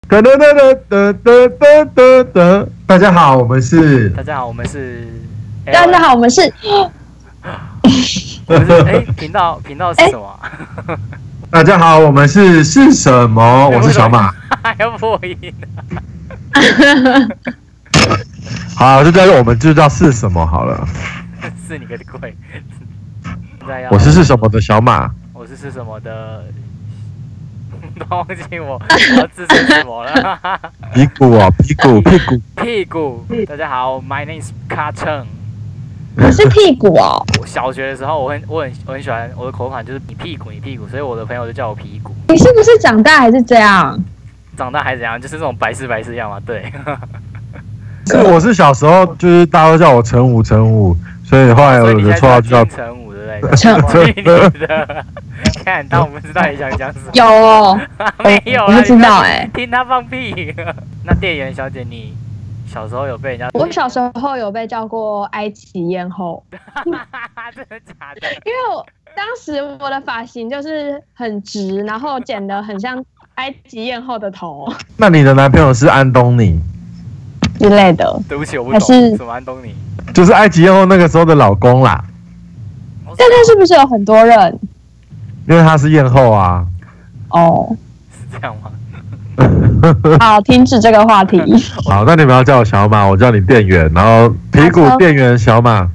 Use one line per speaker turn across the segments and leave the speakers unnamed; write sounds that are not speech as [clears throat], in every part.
哒哒哒哒哒哒哒哒哒。
大家好，我们是
大家好，我们是
大家好，我们 [laughs] 是
我们是哎频道频道是什么啊？
[laughs]
[laughs]
大家好，我们是是什么？
哎
哦我是小马。
[laughs] 还要破音啊？哎
好，就叫我们就叫是什么好了。
是你个鬼！现在要
[laughs] 我是是什么的小马。
我是是什么的？ [laughs] 都忘记我我自称什么了？ [laughs]
屁股哦，屁股
哎
屁股。
屁股。大家好，My name is 卡称。
我是屁股哦，
我小学的时候，我很我很我很喜欢我的口感就是你屁股你屁股，所以我的朋友就叫我屁股。
你是不是长大还是这样？
长大还怎样？就是那种白痴白痴样嘛。对，
是我是小时候就是大家都叫我陈武陈武，所以后来我
所以哎你
的
现在
绰号就叫
金城武对不对？ [laughs] 我你的，看当我们知道你想讲什么。
有哦，
[laughs]
[laughs]
没有啦，
我不知道
你
哎
听他放屁。那店员小姐，你小时候有被人家？
我
[laughs]
小时候有被叫过埃及艳后，
真的假的？
因为我当时我的发型就是很直，然后剪得很像埃及艳后的头
那你的男朋友是安东尼，
之类的。
对不起，我不
还
懂
是
什么安东尼。
就是埃及艳后那个时候的老公啦，
但他是不是有很多人？
因为他是艳后啊。
哦，
是这样吗？
好，停止这个话题。
好，那你们要叫我小马，我叫你店员，然后屁股
好的
店员小马，我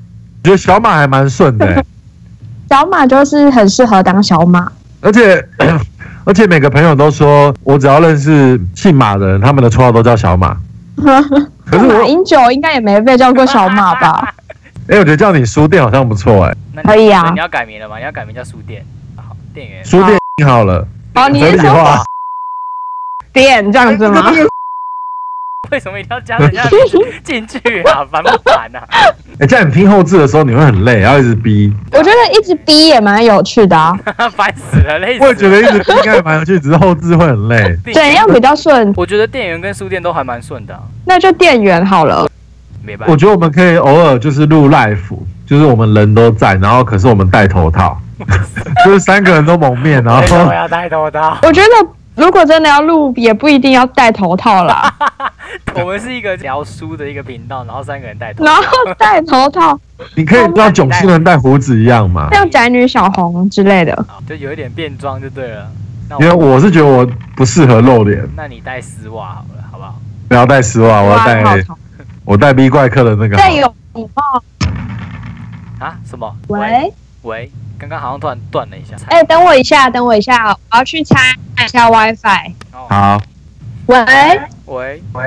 觉得小马还蛮顺的欸、
[laughs] 小马就是很适合当小马，
而且 [clears throat] 而且每个朋友都说我只要认识姓马的人，他们的绰号都叫小马。可是我，
马英九应该也没被叫过小马吧？
哎、我觉得叫你书店好像不错哎、
那你
可以啊
那你要改名了吗？你要改名叫书店。好，店员。
书店好了，
哦，你
合
是
理
说
化。
点这样子吗？
为什么一定要加人家的名
[laughs]
字进去啊？烦不烦啊？ [laughs]
哎、这样你拼后置的时候你会很累，然后一直逼。
我觉得一直逼也蛮有趣的啊，
烦死了，累死了。
我也觉得一直逼应该蛮有趣，只是后置会很累。
店
怎样比较顺？
我觉得店员跟书店都还蛮顺的啊、
那就店员好了。
没办法
我。觉得我们可以偶尔就是录 live，就是我们人都在，然后可是我们戴头套， [laughs] 就是三个人都蒙面，然
为什
后
么要戴头
[laughs]
套？
我觉得如果真的要录，也不一定要戴头套啦。
[laughs] 我们是一个聊书的一个频道，然后三个人戴头套
然。后戴头套，
你可以像囧星人戴胡子一样嘛。
像宅女小红之类的。
啊就有一点变装就对了。那
因为
我，
我是觉得我不适合露脸，
那你戴丝袜好了，好不好？
不要戴丝袜，我要
哇好
戴
吵
我戴 B 怪客的那个好。
再有礼貌。
啊？什么？
喂，
喂，刚刚好像突然断了一下。
哎、等我一下，等我一下，我要去插一下 WiFi。
哦，
好，
喂，
喂，
喂，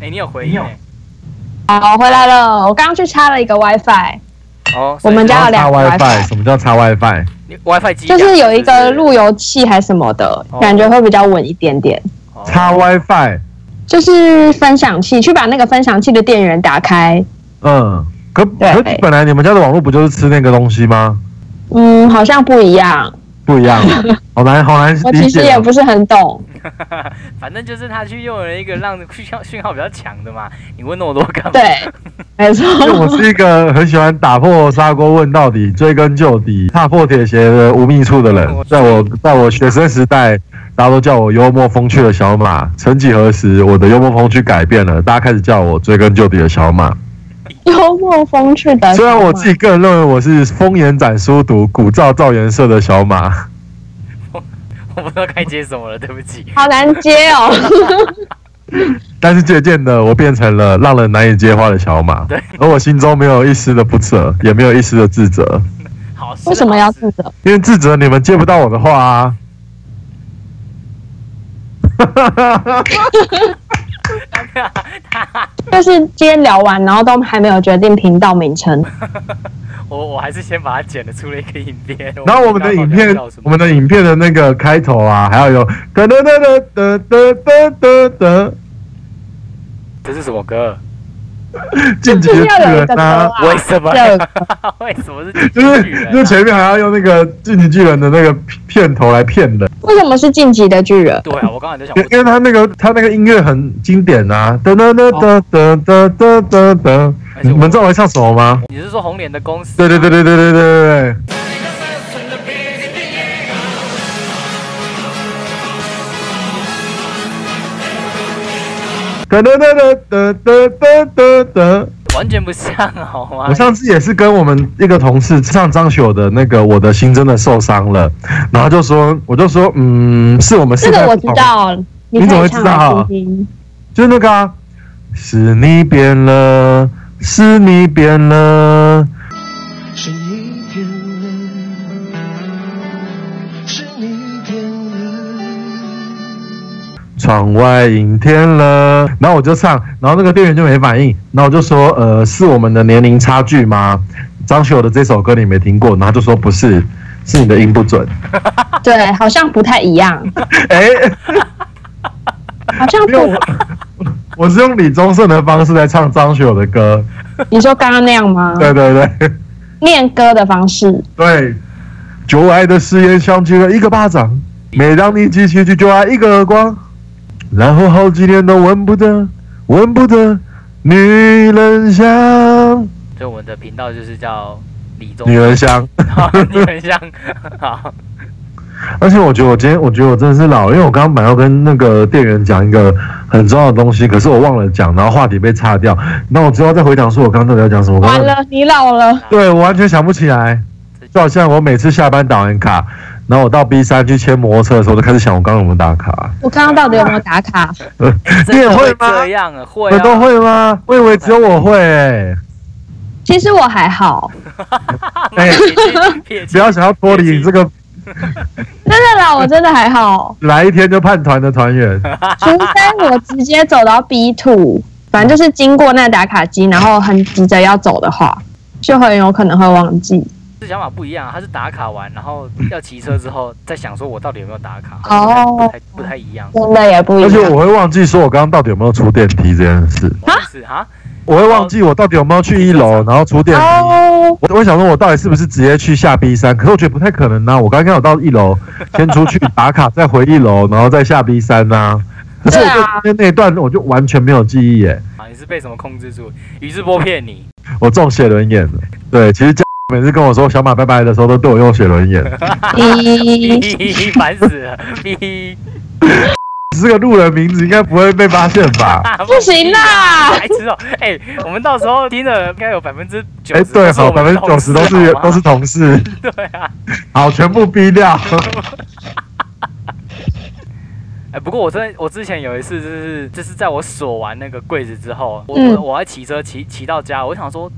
哎，你有回应欸？
好，回来了。我刚刚去插了一个 WiFi，
哦，
我
所
们
以
家有
插
两个
WiFi，
WiFi
什么叫插 WiFi？
你 WiFi 机啊
就是有一个
路
路由器还什么的
哦，
感觉会比较稳一点点。
插 WiFi，
就是分享器，去把那个分享器的电源打开。
嗯，可
对
可本来你们家的网络不就是吃那个东西吗？
嗯，好像不一样，
不一样，
[laughs]
好难好难 [laughs]
我
理
其实
解
也
哦。
不是很懂。
[laughs] 反正就是他去用了一个让讯号讯号比较强的嘛。你问那么多干嘛？
对，没错。
[laughs] 因为我是一个很喜欢打破砂锅问到底、追根究底、踏破铁鞋的无觅处的人
我。
在我在我学生时代，大家都叫我幽默风趣的小马。曾几何时，我的幽默风趣改变了，大家开始叫我追根究底的小马。
[laughs] 幽默风趣的，
虽然我自己个人认为我是风言展书读、古照造颜色的小马，
我不知道该接什么了，对不起。
好难接哦。
但是渐渐的，我变成了让人难以接话的小马
对，
而我心中没有一丝的不舍，也没有一丝的自责，
好事。
为什么要
好事
自责？
因为自责你们接不到我的话
[laughs]
啊。
就是今天聊完，然后都还没有决定频道名
[laughs]
称。
我我还是先把它剪了，出了一个影片。
然后我们的影片，我们的影片的那个开头啊，还要有噔噔噔噔噔噔噔噔
这是什么歌？
噔，进击
就
的
是
巨
要有一
人
个歌
啊
啊，，
为什么？
要有一个
[laughs] 为什么是进
就
击巨
是
人啊
就前面还要用那个进击巨人的那个片头来骗人，
为什么是晋级的巨人？
对啊，我刚才就想
因为因为他那个他那个音乐很经典啊，噔噔噔噔噔噔噔噔噔，
而且
你
我
们知道我在唱什么吗？
你是说红脸的公司？
对对对对对对对对对。
噔噔噔噔噔噔噔噔。
完全不像哦好吗？
我上次也是跟我们一个同事唱张学友的那个《我的心真的受伤了》，然后就说，我就说，嗯，是我们是
这个我知，道，你
你怎么
可
会
以
知
唱
道啊
来听听。
就是那个啊，是你变了，是你变了，
是你变了，是你变了。
窗外阴天了，然后我就唱，然后那个店员就没反应，然后我就说，呃，是我们的年龄差距吗？张学友的这首歌你没听过，然后他就说不是，是你的音不准， [laughs]
对，好像不太一样，
哎、
好像
没有啊我
不。，
我是用李宗盛的方式在唱张学友的歌，
你说刚刚那样吗？
对对对 [laughs]
念歌的方式，
对，旧爱的誓言相距了一个巴掌，每当你继续去就爱一个耳光，然后好几年都闻不得闻不得女人香， [laughs]
所以我们的频道就是叫李宗
女人香。
好， [laughs] 你很像，好，
而且我觉得我今天，我觉得我真的是老了，因为我刚刚本来要跟那个店员讲一个很重要的东西，可是我忘了讲，然后话题被岔掉。那我之后再回想说我刚刚到底要讲什么。我刚
完
刚
了，你老了，
对我完全想不起来，就好像我每次下班打完卡，然后我到 B 三去签摩托车的时候，我就开始想我刚刚有没有打卡。
我刚刚到底有没有打卡？
你也
真的
会吗
这样啊，会
你们
啊，
都
[laughs]
会吗？我以为只有我会、欸，
其实我还好，
哎
撇清
不要想要脱离这个
真的啦，我真的还好，
来一天就叛团的团
[laughs]
员。
除非我直接走到 B [laughs] two，反正就是经过那打卡机，然后很急着要走的话，就很有可能会忘记。
这想法不一样啊，他是打卡完，然后要骑车之后再想说我到底有没有打卡，
哦
不太不太一样，
真的也不一
而且
样。
我会忘记说我刚刚到底有没有出电梯这件事，
我也是啊，
我会忘记我到底有没有去一楼，然后出电梯。
哦，
我我想说，我到底是不是直接去下 B 三？可是我觉得不太可能呐、啊我刚刚有到一楼，先出去打卡，再回一楼，然后再下 B 三呐、可是我
对啊
对今天那一段我就完全没有记忆耶，
啊你是被什么控制住？宇智波骗你，
我中写轮眼了。对，其实家每次跟我说小马拜拜的时候，都对我用写轮眼。
哦咦，
哔 [laughs] 烦死了，哔，
只是个路人名字，应该不会被发现吧？
[laughs]
啊
不行啦
白痴哦，哎，我们到时候听了应该有百分之九
哎、
十，
对，好，百分之九十都是都是同事，
[laughs] 对啊。
好，全部逼掉。
哎、不过我真的，我之前有一次就是就是在我锁完那个柜子之后，我、
嗯
我我还骑车骑骑到家，我想说，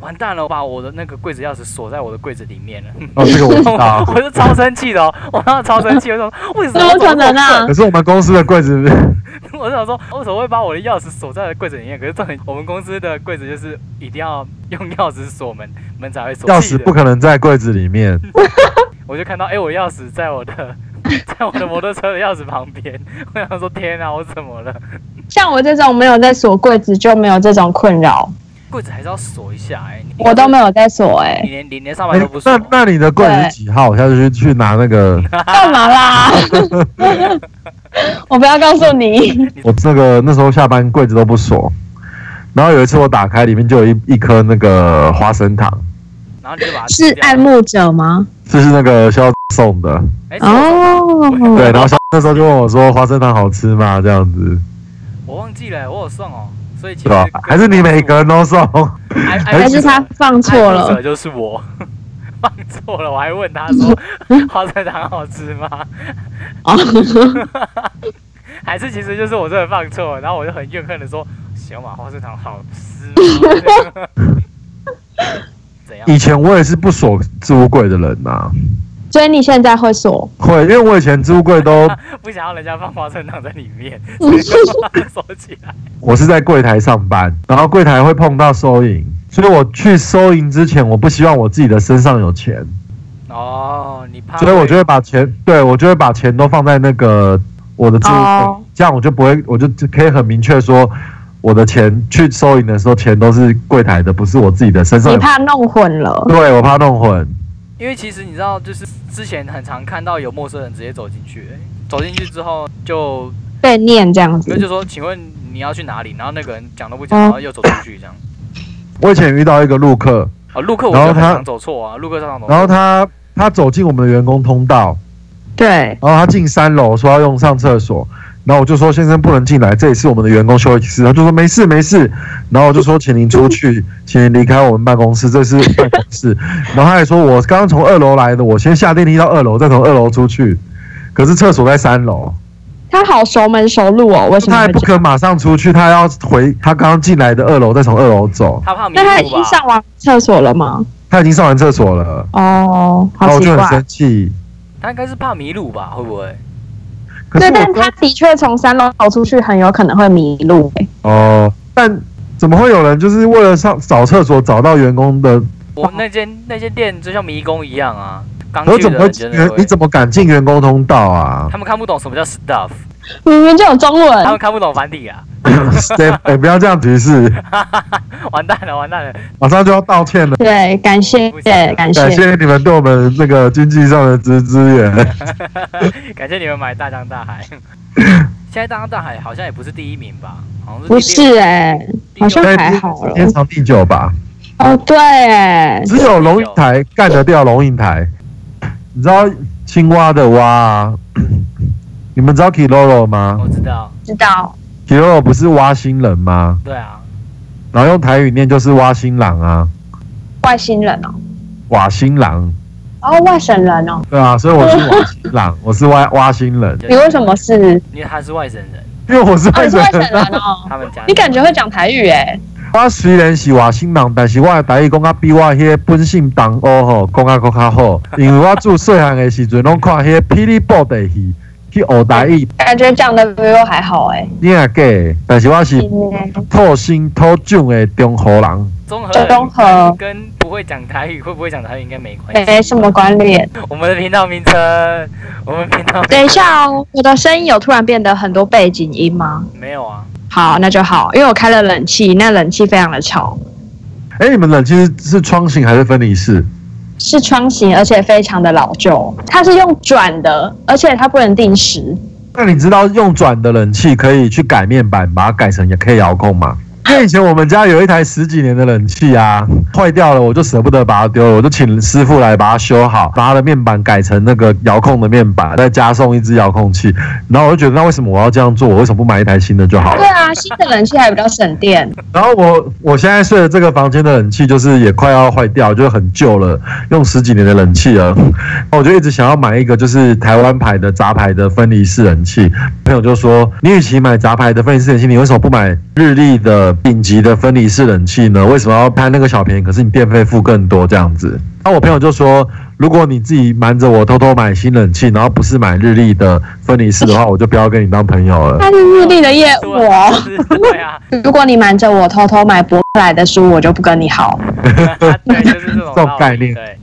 完蛋了，我把我的那个柜子钥匙锁在我的柜子里面了，
嗯
哦，这个我知
[laughs]
道。
[laughs] 我是超生气的哦，我当时超生气，我想说为什
怎
么
么可能 [laughs] 啊
可？是我们公司的柜子，
[laughs] 我想说为什么会把我的钥匙锁在柜子里面？可是重点，我们公司的柜子就是一定要用钥匙锁门，门才会锁。
钥
气
匙
的
不可能在柜子里面。
我就看到，哎、我钥匙在我
[laughs]
的在我的摩托车的钥匙旁边，我想说天啊，我怎么了？
像我这种没有在锁柜子就没有这种困扰，
柜子还是要锁一下哎、你
我都没有在锁哎、
你连你连上班都不锁
那，那你的柜子是几号？我下次去去拿那个，
干嘛啦？ [laughs] 我不要告诉你，
我那个那时候下班柜子都不锁。然后有一次我打开，里面就有一一颗那个花生糖，
然后你就把它
是
吃掉
爱慕者吗？
这是那个肖送的。
哎，是我
[laughs] 哦，
对，然后肖那时候就问我说：“花生糖好吃吗？”这样子，
我忘记了，我有送哦，所以其
对
实
吧？还是你每个人都送？
爱
还是他放错，
爱慕者
了，
就是我 [laughs] 放错了，我还问他说
[laughs]
花生糖好吃吗？
哦 [laughs]
[laughs] 还是其实就是我真的放错了，然后我就很怨恨的说小马花生糖好吃吗？
[laughs]
怎样？
以前我也是不锁置物柜的人呐、
所以你现在会锁？
会，因为我以前置物柜都，
[laughs] 不想要人家放花生糖在里
[laughs]
面，所以就把它收起来。
我是在柜台上班，然后柜台会碰到收银，所以我去收银之前，我不希望我自己的身上有钱，
哦，你怕？
所以我就会把钱，对我就会把钱都放在那个我的置物柜，
哦
这样我就不会，我就可以很明确说，我的钱去收银的时候，钱都是柜台的，不是我自己的身上
你
有。
怕弄混了？
对，我怕弄混。
因为其实你知道，就是之前很常看到有陌生人直接走进去、欸走进去之后就
被念这样
那
子，
就说，请问你要去哪里？然后那个人讲都不讲，
哦
嗯
然后又走出去这样。
我以前遇到一个路客，
啊，陆克我
然
觉
后
得很
他
常走错啊，陆克常常走错。
然后他他走进我们的员工通道，
对，
然后他进三楼说要用上厕所，然后我就说先生不能进来，这也是我们的员工休息室。他就说没事没事。然后我就说请您出
嗯
去，请您离开我们办公室，这是办公
[laughs]
室。然后他还说我刚刚从二楼来的，我先下电梯到二楼，再从二楼出去。可是厕所在三楼，
他好熟门熟路哦，为什
他
么
还
会
不
这样？
肯马上出去，他要回他刚刚进来的二楼，再从二楼走。
他怕迷
那他已
路
经
吧？
上完厕所了吗？
他已经上完厕所了，
哦，
然后
好
我
奇
就很
怪。
生气。
他应该是怕迷路吧？会不会？
可是
对，
我
但
刚
他的确从三楼跑出去，很有可能会迷路、欸。
哦，但怎么会有人就是为了上找厕所找到员工的？
我那间那间店就像迷宫一样啊，刚
我
去
怎
的
么会
人
进
真的
员？
会
你怎么敢进员工通道啊
[laughs] 他们看不懂什么叫 stuff，
明明就有中文
他，们看不懂繁体啊，
？Step，哎、不要这样提示，
完蛋了，完蛋了！ [laughs]
马上就要道歉了。
对，感谢
不行，
感
感
谢。
谢你们对我们那个经济上的支支援。
感谢你们买大江
[coughs]
大海。现在大江大海好像也不是第一名吧？好像是第
不
六
是哎、
第
好像
六
还好了
天长地久吧，
哦对哎、
只有龙应台干得掉龙应台。你知道青蛙的蛙、啊？你们知道 Kilolo 吗
我知道，
知道
？Kilolo 不是蛙星人吗？
对啊，
然后用台语念就是蛙新郎啊，
外星人哦，
瓦新郎。
哦外省人哦，
对啊，所以我是瓦新郎，我是蛙蛙星人，
你为什么 [laughs] 是？
因为他是外省人，
因为我是
哦
外
你是
省
外省
人
人
啊。
哦， [laughs]
他们家
你感觉会讲台语哎、
我啊虽然是外省人，但是我的台语讲啊比我迄个本省同学吼讲啊更较好， [laughs] 因为我做细汉的时阵拢看迄个霹雳布袋戏去学台语，
感觉讲的比我还好哎、
你也假的，但是我是
嗯
土生土长的中和人。
综合
综合
跟不会讲台语会不会讲台语应该没关系。
没哎什么关联。
我们的频道名称，我们频道名称
等一下哦，我的声音有突然变得很多背景音吗？
没有啊？
好，那就好，因为我开了冷气，那冷气非常的吵，
哎、你们冷气是是窗型还是分离式？
是窗型，而且非常的老旧，它是用转的，而且它不能定时。
那你知道用转的冷气可以去改面板，把它改成也可以遥控吗？因为以前我们家有一台十几年的冷气啊，坏掉了，我就舍不得把它丢了，我就请师傅来把它修好，把它的面板改成那个遥控的面板，再加送一支遥控器。然后我就觉得，那为什么我要这样做？我为什么不买一台新的就好了
对？啊，新的冷气还比较省电，
然后我我现在睡的这个房间的冷气就是也快要坏掉，就是很旧了，用十几年的冷气了。我就一直想要买一个就是台湾牌的杂牌的分离式冷气，朋友就说你与其买杂牌的分离式冷气，你为什么不买日立的顶级的分离式冷气呢？为什么要贪那个小便宜？可是你电费付更多这样子。那我朋友就说，如果你自己瞒着我偷偷买新冷气，然后不是买日立的分离式的话，我就不要跟你当朋友了。
它是日历的业务
对啊，
哦。
是对啊，
如果你瞒着我偷偷买博客来的书，我就不跟你好。
[laughs] 对，就是这种
这种
道理
概念
对，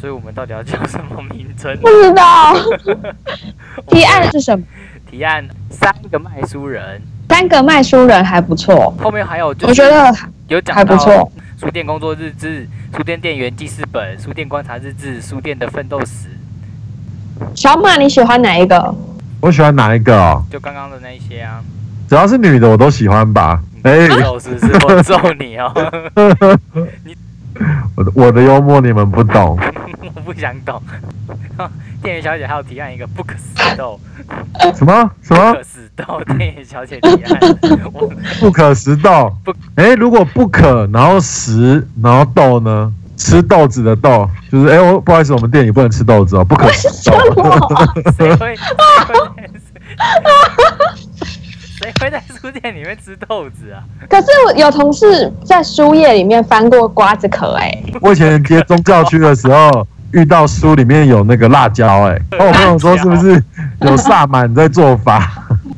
所以我们到底要叫什么名称？
不知道
我们
[laughs] 提案是什么？
提案三个卖书人，
三个卖书人还不错，
后面还有就是
我觉得
有讲
还不
到
错。
书店工作日志、书店店员记事本、书店观察日志、书店的奋斗史，
小马你喜欢哪一个？
我喜欢哪一个哦？
就刚刚的那一些啊。
只要是女的我都喜欢吧。哎、
你
[laughs]
揍是不是？我揍你哦！ [laughs]
我的我的幽默你们不懂。
我不想懂。 [laughs] 店员小姐还有提案一个不可思斗，
什么什
不
么
可思斗。店员小姐提案，我
不可食豆
不？
哎、如果不可，然后食，然后豆呢？吃豆子的豆，就是哎、我不好意思，我们店里不能吃豆子哦，
[laughs]
不可食
什
豆。
么？ [laughs]
[laughs] 谁会谁会在谁会在书店里面吃豆子啊？
可是我有同事在书页里面翻过瓜子壳、哎，
[laughs] 我以前接宗教区的时候，遇到书里面有那个辣椒、哎，然后我朋友说是不是有萨满在做 [laughs] 法？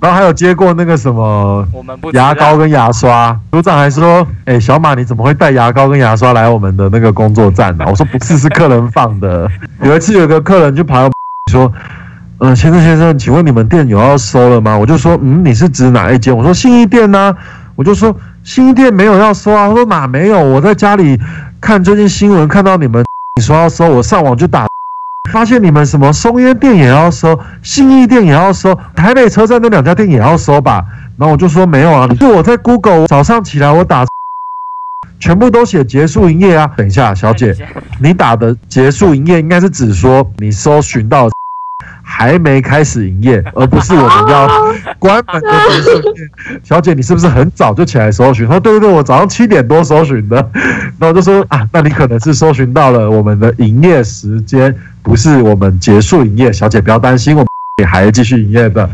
然后还有接过那个什么
我们不吃啊
牙膏跟牙刷，组长还说：“哎、小马，你怎么会带牙膏跟牙刷来我们的那个工作站呢、啊我说：“不是，是客人放的。” [laughs] 有一次，有个客人就跑来说：“呃，先生先生，请问你们店有要收了吗？”我就说：“嗯，你是指哪一间？”我说：“信义店呢、我就说：“信义店没有要收啊。”他说：“哪没有？我在家里看最近新闻，看到你们你说要收，我上网就打。”发现你们什么松烟店也要收，信义店也要收，台北车站那两家店也要收吧？然后我就说没有啊，是我在 Google 早上起来我打， [laughs] 全部都写结束营业啊。等一下，小姐，你打的结束营业应该是指说你搜寻到， [laughs] 还没开始营业，而不是我们要关门的时候。小姐，你是不是很早就起来搜寻？她说哦对对对，我早上七点多搜寻的。 [laughs] 然后我就说啊，那你可能是搜寻到了我们的营业时间，不是我们结束营业。小姐不要担心，我们也还继续营业的。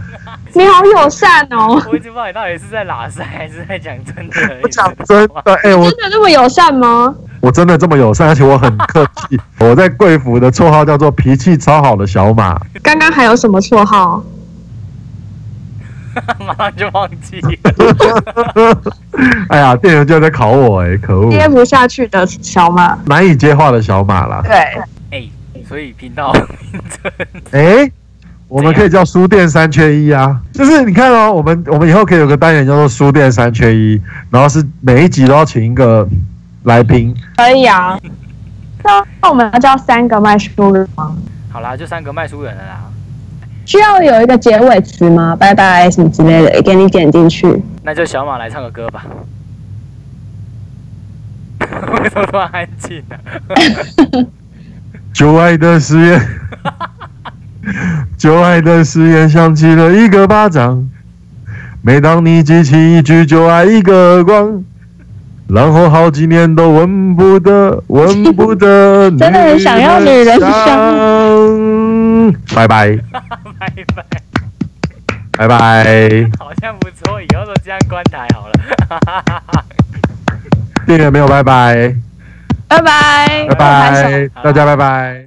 你好友善哦，
我一直不知道你到底是在拉塞还是在讲真的而已。
我讲真的，哎、我
真的那么友善吗？
我真的这么友善，而且我很客气。我在贵府的绰号叫做脾气超好的小马。
刚刚还有什么绰号？
[laughs] 马上就忘记了。
[laughs] 哎呀，店员就在考我哎、可恶，
接不下去的小马。
难以接话的小马啦。
对，
哎、所以频道名称
哎、我们可以叫书店三缺一啊，就是你看哦，我们我们以后可以有个单元叫做书店三缺一，然后是每一集都要请一个来宾，
可以啊。那那我们要叫三个卖书人吗？
好啦，就三个卖书人了啦，
需要有一个结尾词吗？拜拜什么之类的，给你点进 [laughs] 去。
那就小马来唱个歌吧。 [laughs] 为什么突然安静啊了、
旧爱的誓言，旧爱的誓言响起了一个巴掌。每当你记起一句旧爱一个耳光，然后好几年都闻不得，闻不得女人香。
[laughs] 真的很想要女人香
拜拜，
[laughs] 拜拜，
拜拜。
好像不错，以后都这样关台好了。
店员没有拜拜，
拜拜，
拜
我拍手
拜，大家拜拜。